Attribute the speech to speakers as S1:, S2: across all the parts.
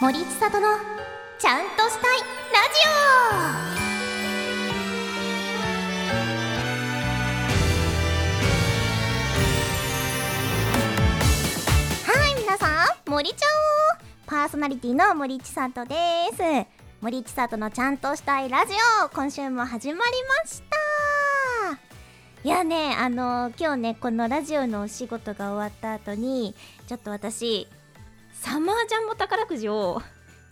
S1: 森千里のちゃんとしたいラジオはい皆さん森ちゃんをパーソナリティの森千里です森千里のちゃんとしたいラジオ今週も始まりましたいやねあの今日ねこのラジオのお仕事が終わった後にちょっと私サマージャンボ宝くじを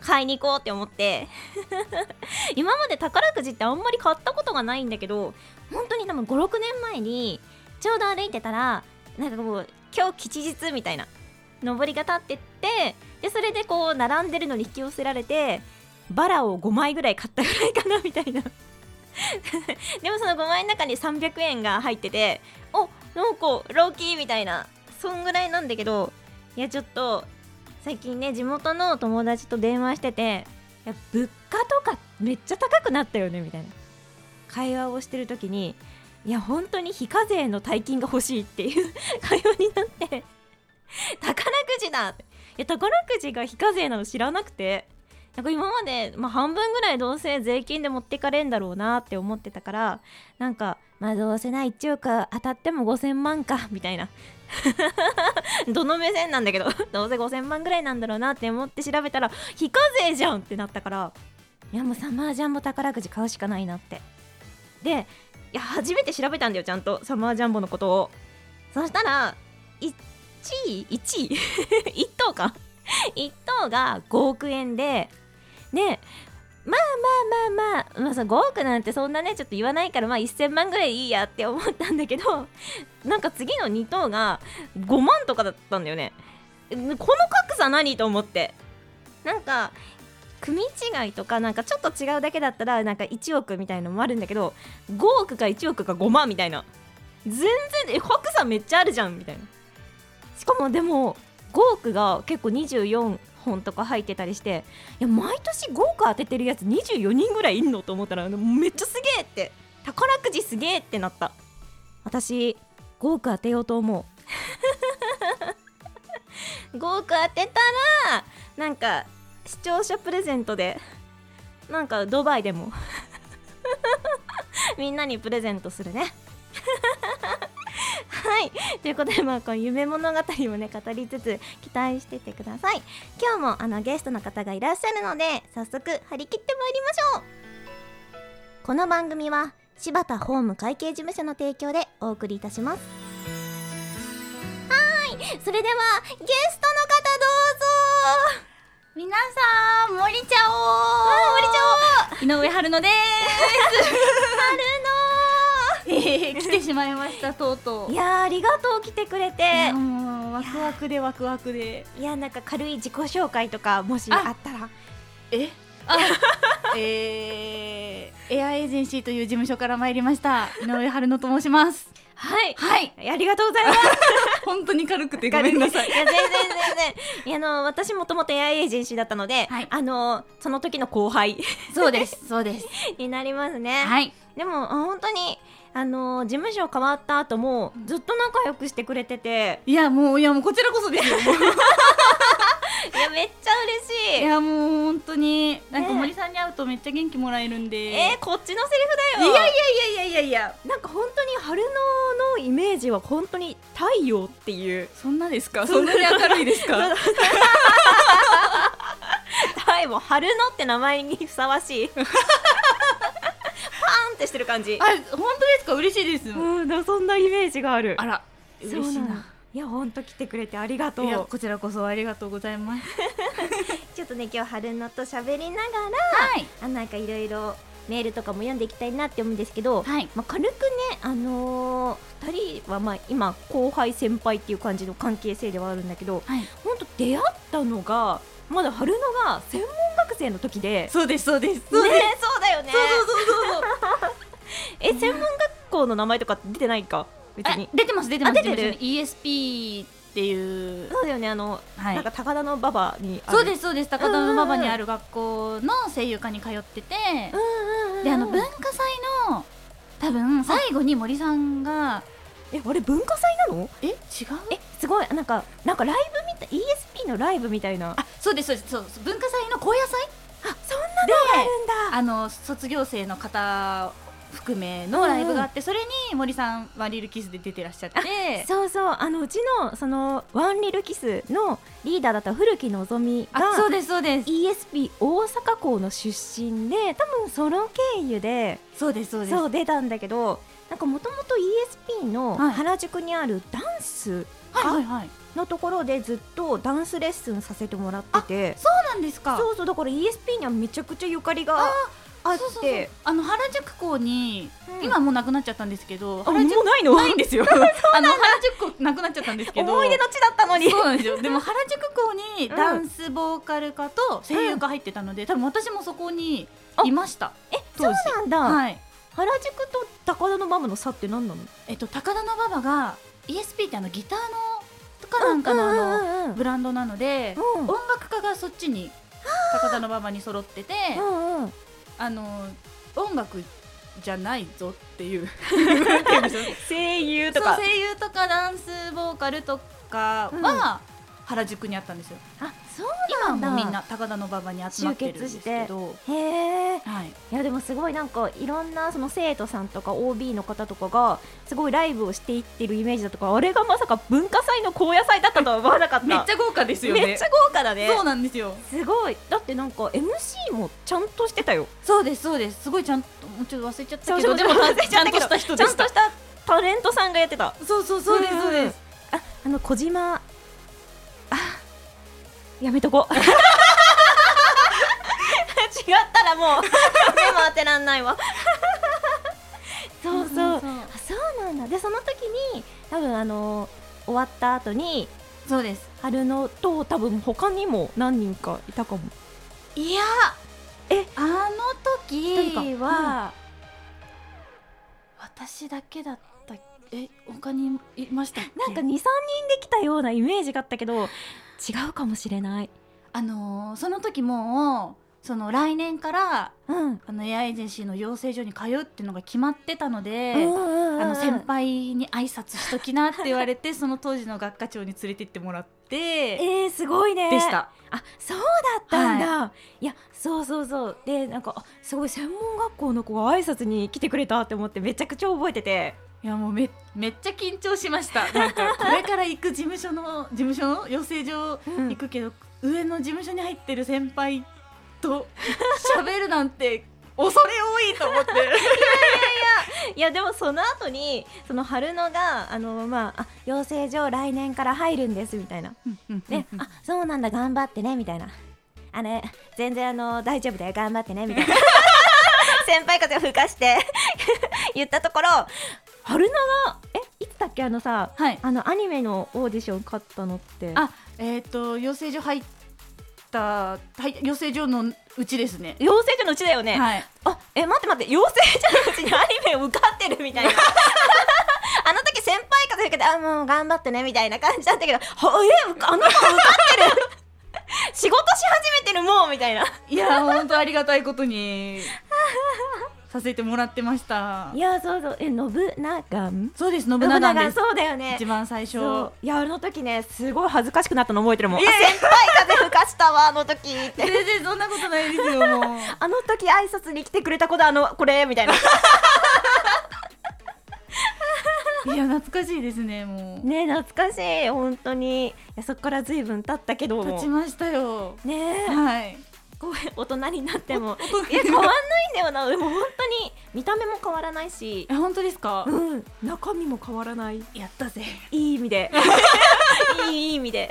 S1: 買いに行こうって思って 今まで宝くじってあんまり買ったことがないんだけど本当に多分56年前にちょうど歩いてたらなんかこう今日吉日みたいな上りが立ってってでそれでこう並んでるのに引き寄せられてバラを5枚ぐらい買ったぐらいかなみたいな でもその5枚の中に300円が入ってておなんかローキーみたいなそんぐらいなんだけどいやちょっと最近ね地元の友達と電話してていや物価とかめっちゃ高くなったよねみたいな会話をしてる時にいや本当に非課税の大金が欲しいっていう 会話になって宝くじだいや宝くじが非課税なの知らなくてなんか今まで、まあ、半分ぐらいどうせ税金で持ってかれんだろうなって思ってたからなんかまあどうせな1億当たっても5000万かみたいな どの目線なんだけどどうせ5000万ぐらいなんだろうなって思って調べたら非課税じゃんってなったからいやもうサマージャンボ宝くじ買うしかないなってでいや初めて調べたんだよちゃんとサマージャンボのことをそしたら1位1位 1等か1等が5億円でねまあまあまあまあ、まあ、その5億なんてそんなねちょっと言わないからまあ1000万ぐらいいいやって思ったんだけどなんか次の2等が5万とかだったんだよねこの格差何と思ってなんか組違いとかなんかちょっと違うだけだったらなんか1億みたいのもあるんだけど5億か1億か5万みたいな全然え格差めっちゃあるじゃんみたいなしかもでも5億が結構24本とか入ってたりしていや毎年5億当ててるやつ24人ぐらいいんのと思ったらめっちゃすげえって宝くじすげえってなった私5億当てようと思う5億当てたらなんか視聴者プレゼントでなんかドバイでも みんなにプレゼントするね はいということでまあこう夢物語もね語りつつ期待しててください今日もあのゲストの方がいらっしゃるので早速張り切ってまいりましょうこの番組は柴田ホーム会計事務所の提供でお送りいたしますはいそれではゲストの方どうぞ
S2: 皆さん、森ちゃ
S1: あー森ち
S2: お井上春乃で
S1: ゃ
S2: ーす、えー、来てしまいました、とうと
S1: ん春の
S2: う
S1: いやーありがとう来てくれて
S2: いやもう、ワクワクでワクワクで
S1: いやなんか軽い自己紹介とかもし
S2: あ
S1: あったら
S2: え あえー、エアエージェンシーという事務所から参りました井上春乃と申します
S1: はい
S2: はい
S1: ありがとうございます
S2: 本当に軽くてごめんなさい
S1: いや全然全然いやあの私もともと AI エージェンシーだったので、
S2: はい
S1: あのその時の後輩
S2: そうです、そうです
S1: になりますね、
S2: はい
S1: でもあ本当にあの事務所変わった後もずっと仲良くしてくれてて
S2: いや、もう、いや、もうこちらこそです よもう
S1: いやめっちゃ嬉し
S2: い
S1: い
S2: や、もう本当になんか
S1: ねえ
S2: 森さんに会うとめっちゃ元気もらえるんで
S1: えー、こっちのセリ
S2: いや
S1: フだよ
S2: いやいやいやいやいや
S1: なんか本当に春野のイメージは本当に太陽っていう
S2: そんなですかそんなに明るいですか
S1: はいもう春野って名前にふさわ しいパーンってしてる感じ
S2: あ本当ですか嬉しいです、
S1: うんだからそんなイメージがある
S2: あら
S1: そう
S2: 嬉しい
S1: な
S2: な
S1: のいやほんと来てくれてありがとう
S2: いやこちらこそありがとうございます
S1: ちょっとね今日春菜と喋りなが
S2: はい
S1: らあなんかいろいろメールとかも読んでいきたいなって思うんですけど、
S2: はい
S1: まあ、軽くねあのー、2人はまあ今後輩先輩っていう感じの関係性ではあるんだけど
S2: はい
S1: ほんと出会ったのがまだ春菜が専門学生の時で
S2: そうですそうです
S1: ね
S2: そうです、
S1: そうだよね
S2: そうそうそうそうそう
S1: え専門学校の名前とか出てないか別に
S2: あ出てます出てます
S1: あ出てる
S2: 事務所に ESP っていう
S1: そうだよねあの、
S2: はい
S1: なんか高田の馬場にある
S2: そうですそうです高田馬場にある学校の声優科に通ってて、
S1: うんうんうん
S2: であの文化祭の多分最後に森さんが
S1: えあれ文化祭なの
S2: え違う
S1: えすごいなんかなんかライブみたい ESP のライブみたいな
S2: あそうですそうですそうです文化祭高野祭
S3: あそんな
S2: で
S3: あるんだ
S2: あの卒業生の方含めのライブがあって、それに森さんワンリルキスで出てらっしゃって
S1: そうそうあのうちのそのワンリルキスのリーダーだった古木のぞみ
S2: あ
S1: が
S2: そうですそうです
S1: ESP 大阪校の出身で多分ソロ経由で
S2: そうですそうです
S1: そう出たんだけどなんかもともと ESP の
S2: はい
S1: 原宿にあるダンス
S2: はいはいはい
S1: のところでずっとダンスレッスンさせてもらってて
S2: そうなんですか
S1: そうそうだから ESP にはめちゃくちゃゆかりがあっ
S2: そうそうそう
S1: て
S2: あの原宿校に、
S1: うん
S2: 今もうなくなっちゃったんですけど
S1: あ
S2: 原宿
S1: もうないの
S2: ない ん ですよあの原宿校なくなっちゃったんですけど
S1: 思い出の地だったのに
S2: そうなんですよでも原宿校に
S1: うん
S2: ダンスボーカル科と声優科入ってたので、多分私もそこにいました
S1: え
S2: 当時
S1: そうなんだ、
S2: はい
S1: 原宿と高田のマムの差って何なの
S2: えっと高田馬場が ESP ってあのギターのとかなんかのあの
S1: うんうんうん
S2: ブランドなので、
S1: うん
S2: 音楽家がそっちに高田馬場に揃ってて、
S1: うんうん
S2: あの音楽じゃないぞって いうなんて言うんでしょう
S1: 声優
S2: そう声優とかダンスボーカルとかは原宿にあったんですよ、
S1: あそう
S2: 今
S1: な
S2: は
S1: んだ
S2: もうみんな高田馬場に集まってるんですけど
S1: へえ
S2: はい、
S1: いやでもすごいなんかいろんなその生徒さんとか OB の方とかがすごいライブをしていってるイメージだとかあれがまさか文化祭の高野祭だったとは思わなかった
S2: めっちゃ豪華ですよね
S1: めっちゃ豪華だね
S2: そうなんですよ
S1: すごいだってなんか MC もちゃんとしてたよ
S2: そうですそうですすごいちゃんともうちょっと忘れちゃったけど
S1: ち
S2: で
S1: ょ
S2: も
S1: っと忘れ
S2: ち
S1: ちゃ
S2: ゃ
S1: った
S2: んと
S1: けど
S2: した人
S1: ち
S2: で
S1: ゃん
S2: した
S1: としたタレントさんがやってた
S2: そうそうそうですそうです
S1: ああの小島あやめと こう違ったらもう目も当てらんないわそうそうあそうなんだでその時に多分あの終わった後に
S2: そうです
S1: 春野と多分他にも何人かいたかも
S2: いや
S1: え
S2: あの時
S1: 一人か
S2: は、私だけだったえ他にいましたっけ
S1: なんか23人できたようなイメージがあったけど違うかもしれない
S2: あのーその時もうその来年から
S1: うん
S2: あのエアエージェンシーの養成所に通うっていうのが決まってたので、あ
S1: あ
S2: の先輩に挨拶しときなって言われてその当時の学科長に連れてってもらって
S1: えー、すごいね
S2: でした、
S1: あそうだったんだ、い、やそうそうそうでなんかあすごい専門学校の子が挨拶に来てくれたって思ってめちゃくちゃ覚えてて
S2: いやもうめめっちゃ緊張しま したなんかこれから行く事務所の事務所の養成所
S1: うん
S2: 行くけど、上の事務所に入ってる先輩 と喋るなんて恐れ多いと思って
S1: いやでもその後にその春野があのまああ養成所来年から入るんですみたいな で、あそうなんだ頑張ってねみたいなあれ全然あの大丈夫だよ頑張ってねみたい な先輩風を吹かして 言ったところ春菜がえいつだっけあのさ
S2: はい
S1: あのアニメのオーディション勝ったのって
S2: あえっ、と養成所入ったはい養成所のうちですね
S1: 養成所のうちだよね、
S2: はい
S1: あえ待って待って養成所のうちにアニメを受かってるみ たいなあの時先輩風吹けてあもう頑張ってねみたいな感じだったけどはえあ の子受かってる仕事し始めてるもうみたいない
S2: や本当ありがたいこと にさせてもらってました
S1: いやそうそうえ信長ん
S2: そうです信長で
S1: 信
S2: す
S1: そうだよね
S2: 一番最初
S1: そういやあの時ねすごい恥ずかしくなったの覚えてるもん
S2: いやい
S1: 先輩風吹かしたわあの時って
S2: 全然そんなことないですよもう
S1: あの時挨拶に来てくれた子だあのこれみたいな
S2: いや懐かしいですねもう、
S1: ね懐かしい本当にいやそっからずいぶん経ったけども
S2: 立ちましたよ
S1: ねえ
S2: はい
S1: こう大人になっても
S2: 大人
S1: いや変わんないんだよなでも本当に見た目も変わらないし
S2: え本当ですか、
S1: うん中身も変わらない
S2: やったぜ
S1: いい意味でいい意味で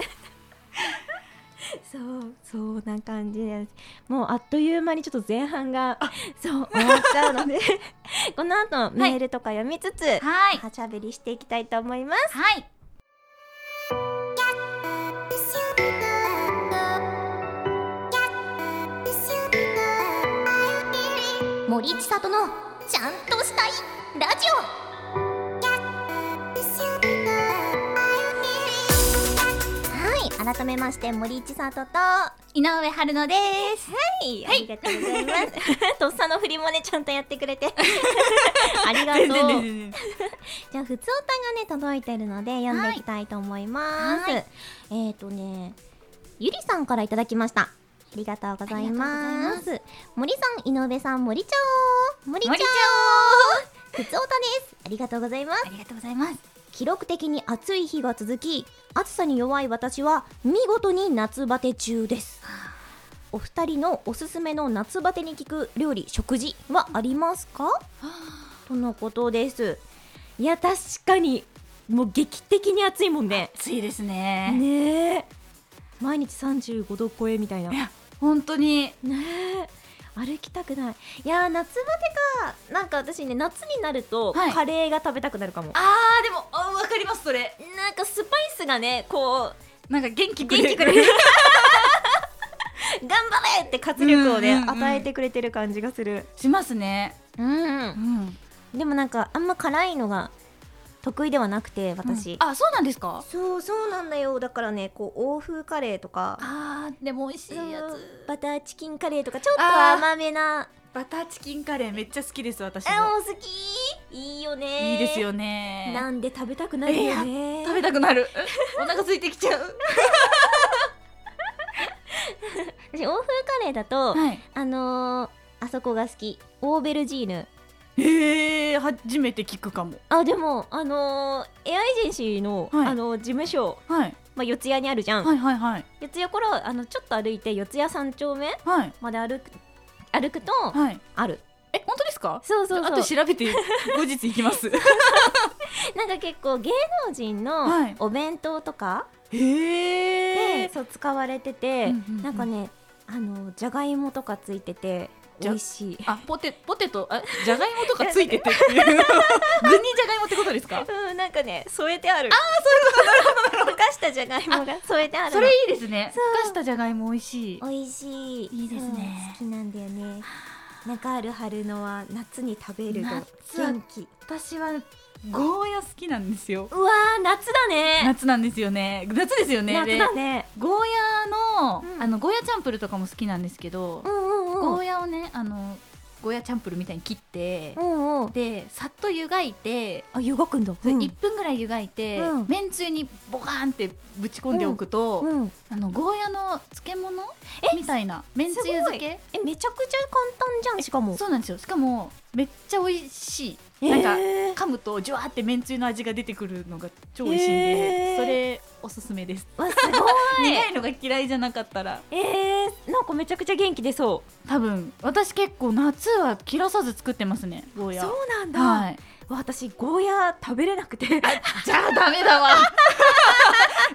S1: そうそんな感じですもうあっという間にちょっと前半がそう終わっちゃうのでこの後メールとか読みつつ、は
S2: はい
S1: しゃべりしていきたいと思います
S2: はい
S3: 森千里のちゃんとしたいラジオはい改めまして森千里とは
S2: 井上春乃です
S1: いありがとうございます とっさの振りもねちゃんとやってく れてありが
S2: 全然
S1: と
S2: 全
S1: う
S2: 然
S3: じゃあ普通歌がね届いてるので読んでいきたいと思います、
S2: はいはい
S3: えっ、ー、とねゆりさんからいただきました
S1: りがとうござ
S4: あり
S1: い
S4: がとうござい
S1: ま
S4: ます
S1: 森さん井上さん森ちゃお森ちゃお
S2: 森ちゃ
S1: ふつおたですありがとうございます
S2: ありがとうございます
S1: 記録的に暑い日が続き暑さに弱い私は見事に夏バテ中ですお二人のおすすめの夏バテに効く料理食事はありますかとのことですいや確かにもう劇的に暑いもんね
S2: 暑いですね
S1: ねえ毎日35度超えみたいない
S2: や本当に
S1: ねえ歩きたくないいやー夏バテかなんか私ね夏になると
S2: はい
S1: カレーが食べたくなるかも、
S2: あーでもあわかりますそれ
S1: なんかスパイスがねこう
S2: なんか元気くれ
S1: 元気くれる頑張れって活力をね、
S2: うんうんうん
S1: 与えてくれてる感じがする
S2: しますね
S1: うん
S2: ん
S1: でもなんかあんま辛いのが得意ではなくて私、
S2: あそうなんですか
S1: そうそうなんだよだからねこう欧風カレーとか
S2: あーでも美味し
S1: そう
S2: いやつ
S1: バターチキンカレーとかちょっと
S2: あー
S1: 甘めな
S2: バターチキンカレーめっちゃ好きです私
S1: あ
S2: も
S1: もう好きいいよね
S2: いいですよね
S1: なんで食べたくなるよね、
S2: 食べたくなる お腹空いてきちゃう
S1: 私欧風カレーだと、
S2: はい
S1: あのー、あそこが好きオーベルジーヌ
S2: えー、初めて聞くかも
S1: あでもあのー、エアエージェンシーの、
S2: はい
S1: あのー事務所、
S2: はい
S1: まあ、四谷にあるじゃん、
S2: はいはいはい
S1: 四谷からあのちょっと歩いて四谷三丁目
S2: はい
S1: まで歩く歩くと、
S2: はい
S1: ある
S2: え本当ですか
S1: そうそうそう
S2: あと調べて後日行きます
S1: なんか結構芸能人
S2: はい
S1: のお弁当とかで、
S2: へえ
S1: そう使われてて、
S2: うんうんうん
S1: なんかねあのじゃがいもとかついてて
S2: じ
S1: 美
S2: ゃ
S1: 味しい
S2: あポテポテトあじゃがいもとかついててっていう 具にじゃがいもってことですか
S1: うん、なんかね、添えてある。ああ、そういうこと、なるほど、溶かしたじゃがいもが添 えてあるの。
S2: それいいですね
S1: そう
S2: ふかしたじゃがいも美味しい
S1: 美味しい。
S2: いいですね
S1: そう好きなんだよね。中ある春のは夏に食べると
S2: 夏は
S1: 元気。
S2: 私はゴーヤ好きなんですよ
S1: うわー、夏だね。
S2: 夏なんですよね夏ですよね
S1: 夏
S2: で
S1: だね。
S2: ゴーヤの,、
S1: うん
S2: あのゴーヤチャンプルとかも好きなんですけど
S1: う、んうん
S2: ゴ
S1: うん。
S2: ーヤをねあのゴーヤチャンプルみたいに切って
S1: う、んうん。
S2: でさっと湯がいて、
S1: あ、湯がくんだ。
S2: 一1分ぐらい湯がいて、
S1: うん
S2: めんつゆにボカーンってぶち込んでおくと、
S1: うん。
S2: あのゴーヤの漬物みたいなめんつゆ漬け
S1: え、めちゃくちゃ簡単じゃん。しかも。
S2: そうなんですよしかもめっちゃ美味し
S1: え
S2: い、
S1: ー
S2: なんか噛むとジュワーってめんつゆの味が出てくるのが超美味しいんで、
S1: えー
S2: それおすすめです
S1: わ、すごい。
S2: 苦いのが嫌いじゃなかったら
S1: えー、なんかめちゃくちゃ元気出そ
S2: 多分私結構夏は切らさず作ってますねゴー
S1: う。
S2: ヤ
S1: うなん
S2: はい
S1: わ私ゴーヤー食べれなくてでも
S2: じゃあダメだわ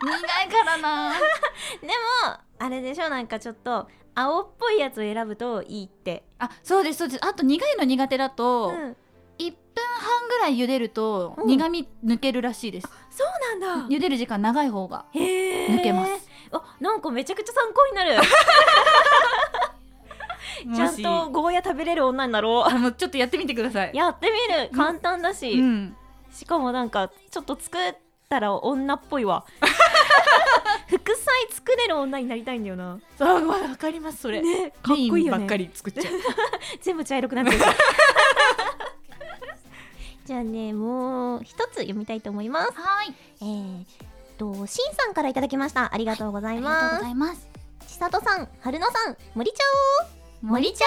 S2: 苦いからな
S1: あれでしょなんかちょっと青っぽいやつを選ぶといいって、
S2: あそうですそうですあと苦いの苦手だと、
S1: うん
S2: 1分半ぐらい茹でると
S1: うん
S2: 苦味抜けるらしいです、
S1: そうなんだ
S2: 茹でる時間長い方が
S1: へー
S2: 抜けます
S1: あなんかめちゃくちゃ参考に なるちゃんと
S2: もし
S1: ゴーヤ食べれる女になろ
S2: あのちょっとやってみてくださいう
S1: やってみる簡単だし、
S2: うん
S1: しかもなんかちょっと作ったら女っぽい わ副菜作れる女になりたいんだよな
S2: あわかりますそれ、
S1: ねか
S2: か
S1: っ
S2: っ
S1: こ
S2: こ
S1: いい
S2: いい
S1: よ
S2: ば
S1: ね
S2: っかり作っちゃう
S1: 全部茶色くなってる じゃあねもう一つ読みたいと思います
S2: はい
S1: えー、っと、しんさんからいただきました。ありがとうござ
S2: あ
S1: い
S2: りが
S1: ま
S2: とうご
S1: す。
S2: ざいます
S1: ちさとさん、はるのさん、森ちゃお
S2: 森
S1: ちゃ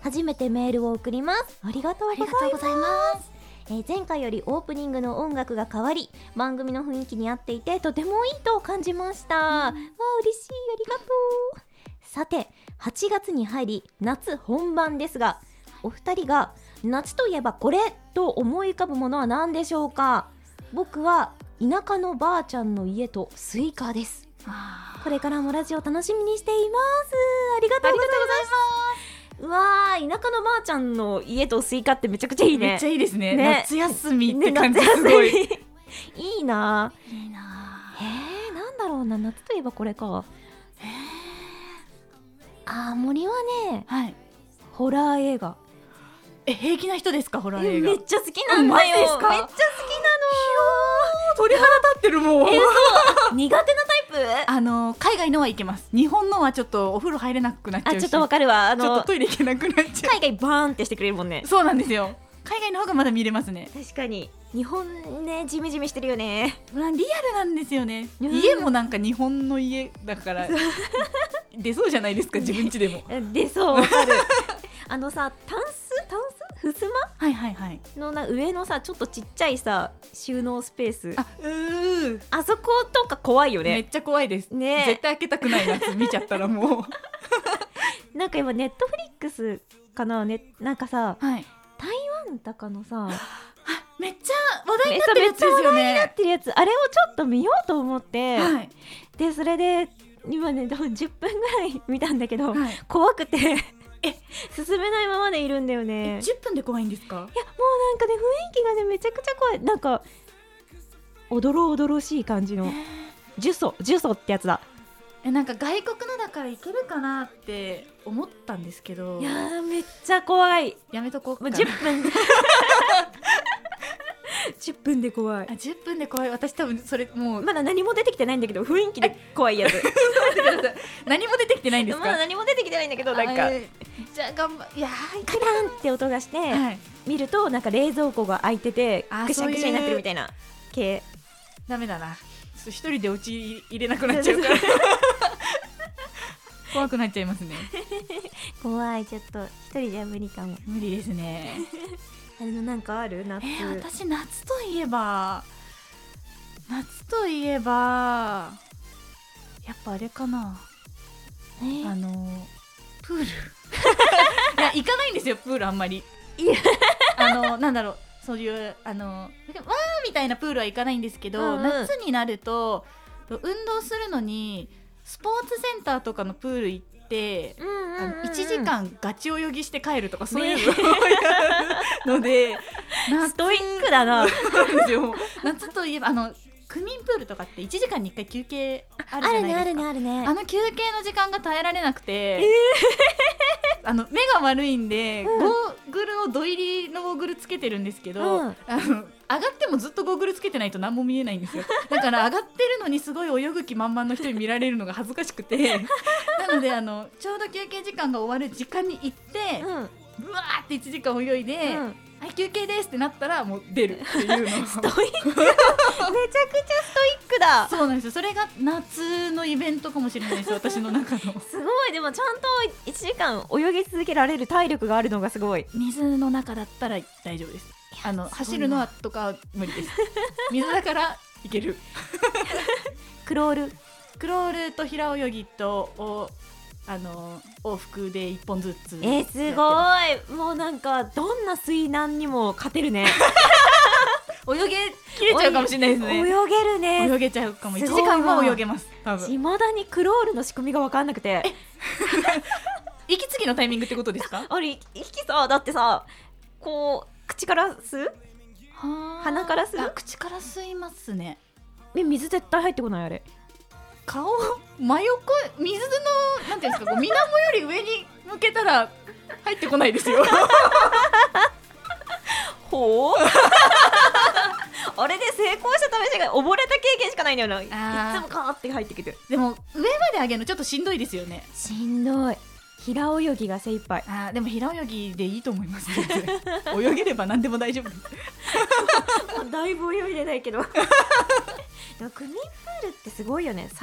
S1: お初めてメールを送ります。ありがとう
S2: ありがとうございます
S1: えー前回よりオープニングの音楽が変わり、番組の雰囲気に合っていて、とてもいいと感じました。わあ、嬉しい。ありがとう。さて、8月に入り、夏本番ですが、お二人が夏といえばこれと思い浮かぶものは何でしょうか僕は田舎のばあちゃんの家とスイカです
S2: あ
S1: これからもラジオ楽しみにしていますありがとうございますうわー田舎のばあちゃんの家とスイカってめちゃくちゃいい
S2: ー
S1: ね
S2: めっちゃいいですね
S1: ね
S2: 夏休みっ
S1: ね
S2: て感じ
S1: 夏休
S2: す
S1: み
S2: ごい、
S1: いいない
S2: いな
S1: えー、なんだろうな夏といえばこれかあー森はね
S2: はい
S1: ホラー映画
S2: え平気な人ですかホラー
S1: え
S2: 映画
S1: めっちゃ好きなんだよ
S2: あマジですか
S1: めっちゃ好
S2: 鳥肌立ってるもう
S1: きなのえ嘘苦手なタイプ
S2: あの海外のはいけます日本のはちょっとお風呂入れなくなっちゃう
S1: あ
S2: し
S1: ちょっとわかるわあ
S2: ちょっ
S1: の
S2: とトイレ行けなくなっちゃ
S1: 海外バーンってしてくれるもんね
S2: うそうなんですよ海外の方がまだ見れますね
S1: 確かに日本ねジメジメしてるよね
S2: リアルなんですよね
S1: うん
S2: 家もなんか日本の家だから出そうじゃないですか自分家でも
S1: 出そうわかる あのさタンスタンスふすま
S2: はいはいはい
S1: のな上のさちょっとちっちゃいさ収納スペースあ
S2: あうー
S1: そことか怖いよ
S2: め
S1: ね
S2: っちゃ怖いです、
S1: ね
S2: 絶対開けたくないやつ見ちゃったらもう
S1: なんか今ネットフリックスかなねなんかさ
S2: はい
S1: なんだかのさ
S2: めっちゃ話題
S1: め
S2: に
S1: っ
S2: なってるやつ
S1: ち
S2: で
S1: ゃ話
S2: すよ
S1: 題にな
S2: ね
S1: ってるやつあれをちょっと見ようと思って、
S2: はい
S1: でそれで今ねどう10分ぐらい見たんだけど、
S2: はい
S1: 怖くて進めないままでいるんだよね
S2: 10分で怖いんですか
S1: いやもうなんかね雰囲気がねめちゃくちゃ怖いなんかおどろおどろしい感じの呪詛呪詛ってやつだ
S2: えなんか外国のだからいけるかなって思ったんですけど
S1: いやーめっちゃ怖い
S2: やめとこう
S1: もう
S2: かな
S1: 10分 10分で怖い
S2: あ10分で怖い私多分それもう
S1: まだ何も出てきてないんだけど雰囲気で怖いやつ
S2: 何も出てきてないんですか
S1: まだ何も出てきてないんだけどなんか
S2: あえーじゃあ頑張いやーい
S1: カタンって音がして、
S2: はい
S1: 見るとなんか冷蔵庫が開いてて
S2: あー
S1: ぐしゃぐしゃになってるみたいな系
S2: ダメだなそう一人でお家入れなくなっちゃうから 怖くなっちゃいますね
S1: 怖いちょっと一人じゃ無理かも
S2: 無理ですね
S1: あれのなんかある夏、
S2: えー私夏といえば夏といえばやっぱあれかな
S1: えー
S2: あのプールいや行 かないんですよプールあんまり
S1: いや
S2: あのなんだろうそういうあのわーみたいなプールは行かないんですけど、
S1: うんうん
S2: 夏になると運動するのにスポーツセンターとかのプール行って、
S1: うんうん
S2: あ
S1: うん
S2: の
S1: うん
S2: 1時間ガチ泳ぎして帰るとかそういうのをやるので夏
S1: ストイックだな
S2: なんですよ夏といえばあの区民プールとかって1時間に1回休憩あるじゃないですか
S1: あるね
S2: あの休憩の時間が耐えられなくて、 あの目が悪いんで、
S1: うん
S2: ゴーグルを土入りのゴーグルつけてるんですけど、
S1: うん
S2: あの上がってもずっとゴーグルつけてないと何も見えない んですよだから上がってるのにすごい泳ぐ気満々の人に見られるのが恥ずかし くてなのであのちょうど休憩時間が終わる時間に行っ
S1: う、
S2: て
S1: んうん
S2: ブワーって1時間泳いで「はい休憩です」ってなったらもう出るっていう の
S1: ストイックめちゃくちゃストイックだ
S2: そうなんですよそれが夏のイベントかもしれないです私の中の。
S1: すごいでもちゃんと1時間泳ぎ続けられる体力があるのがすごい
S2: 水の中だったら大丈夫ですあの走るのはとかは無理です 水だからいける
S1: クロール
S2: クロールと平泳ぎとをあの往復で一本ずつ
S1: えー、すごいもうなんかどんな水難にも勝てるね
S2: ごい泳げ切れちゃうかもしれないです
S1: 泳げ
S2: ね
S1: るね
S2: 泳げちゃうかも
S1: す
S2: 1時
S1: ごいわ
S2: 間は泳げます多分
S1: いまだにクロールの仕組みが分かんなくて
S2: 息継ぎのタイミングってことですか
S1: あれ引きさだってさこう口から吸う
S2: 鼻
S1: 鼻から吸う
S2: 口から吸いますね
S1: え水絶対入ってこないあれ
S2: 顔真横水のなんていうんですかこう水面より上に向けたら入ってこないですよ
S1: ほうあれで成功した試しが溺れた経験しかないんだよないつ
S2: ー
S1: もカーって入ってきて
S2: でも上まで上げるのちょっとしんどいですよね
S1: しんどい平泳ぎが精一杯
S2: あーでも平泳ぎでいいと思います 泳げれば何でも大丈夫で す
S1: だいぶ泳いでないけど でも区民プールってすごいよね300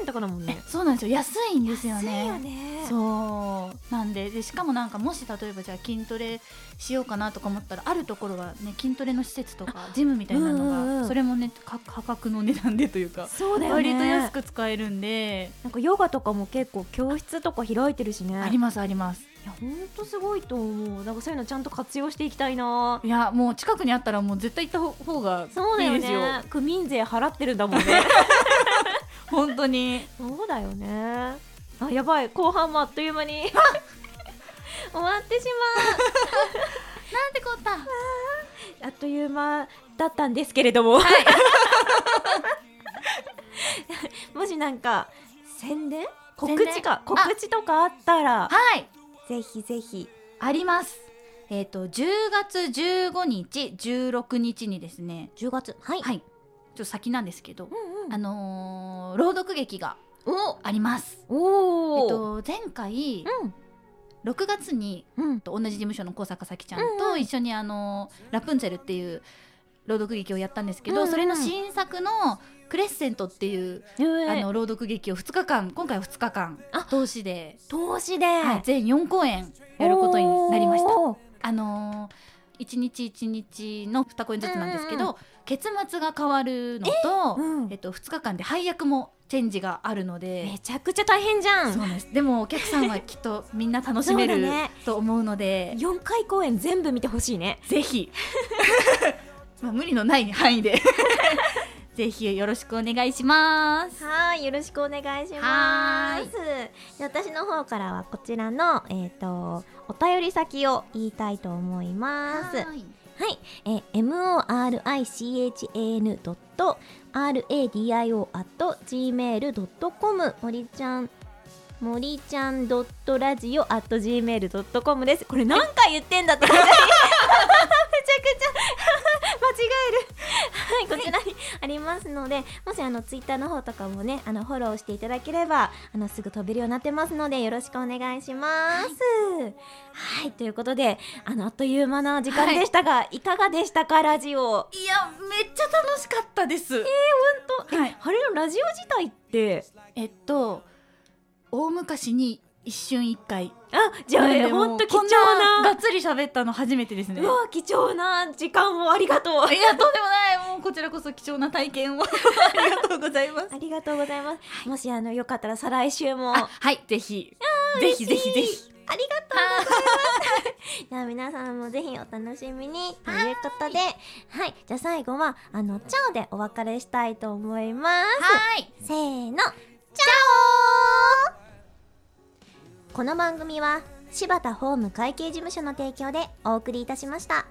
S1: 円とかだもんね
S2: そうなんですよ安いんですよ
S1: 安い
S2: ね
S1: よね
S2: そうなんででしかもなんかもし例えばじゃあ筋トレしようかなとか思ったらあるところはね筋トレの施設とかジムみたいな
S1: うんう
S2: のが、
S1: んうん
S2: それもねか価格の値段でというか
S1: そうだよね
S2: 割と安く使えるんで、
S1: なんかヨガとかも結構教室とか開いてるしね
S2: ありますあります
S1: いやほんとすごいと思うなんかそういうのちゃんと活用していきたいない
S2: やもう近くにあったらもう絶対行ったほ方が
S1: そうだ
S2: いい
S1: よね
S2: ですよ
S1: 区民税払ってるんだもんね
S2: 本当に
S1: そうだよねあやばい後半もあっという間 に終わってし
S2: なんてこった
S1: まうあっという間だったんですけれども、もしなんか宣伝告知か
S2: 宣伝
S1: 告知とかあったら
S2: はい
S1: ぜひぜひ
S2: あります。えっ、と10月15日、16日にですね、
S5: 10月はい
S2: はい、ちょっと先なんですけど、
S1: うんう
S2: あ
S1: ん
S2: のー朗読劇が
S1: お
S2: あります。えっ、
S1: おー
S2: と前回
S1: うん
S2: 6月に
S1: うん
S2: と同じ事務所の小坂咲ちゃん
S1: うんう
S2: と
S1: ん
S2: 一緒にあのーラプンツェルっていう朗読劇をやったんですけど、
S4: うんうん
S2: それの新作の「クレッセント」っていう、あ
S4: あ
S2: の
S4: の
S2: 朗読劇を2日間今回は2日間
S4: あ
S2: 通しで、
S4: 投資で
S2: はい全4公演やることになりました。
S4: おー
S2: あのー、1日1日の2公演ずつなんですけど、
S4: うん
S2: 結末が変わるのと
S4: う
S2: え,、
S4: ん
S2: っと、2日間で配役もチェンジがあるので
S4: め。ちゃくちゃ大変じゃ
S2: そ
S4: ん
S2: うなんですでもお客さんはきっとみんな楽しめ
S4: そう
S2: る
S4: だね
S2: と思うので
S4: 4回公演全部見てほしいね
S2: ぜひまあ無理のない範囲で ぜひよろしくお願いします
S1: はい、よろしくお願いし
S2: は
S1: ま
S2: ーい
S1: す。で私の方からはこちらの、えっ、と、お便り先を言いたいと思います。はいい、えー、morichan.radio.gmail.com 森ちゃん、森ちゃん .radio.gmail.com です。これ何回言ってんだってめち ゃくちゃ 間違える。はい、こちらにありますのでもしあのツイッターの方とかもねあのフォローしていただければあのすぐ飛べるようになってますのでよろしくお願いします。はい、ということであのあっという間な時間でしたが、い、かがでしたかラジオ
S2: いやめっちゃ楽しかったですえ
S1: ほ
S2: 当はい
S4: あれのラジオ自体って
S2: えっと大昔に一瞬一回
S4: あじゃあ
S2: なの
S4: ね
S2: でもう
S4: ほんと貴重
S2: こんが
S4: な
S2: っつり喋ったの初めてですね
S4: うわ貴重な時間をありがとう
S2: いやとんでもないもうこちらこそ貴重な体験を ありがとうございます
S1: ありがとうございます。
S4: もしあのよかったら再来週も
S2: あはいぜひぜひぜひぜひ
S1: ありがとうございます。じゃあ皆さんもぜひお楽しみにということで、はい、じゃあ最後はあのチャオでお別れしたいと思います。
S2: はい
S1: せーの、チャオこの番組は柴田法務会計事務所の提供でお送りいたしました。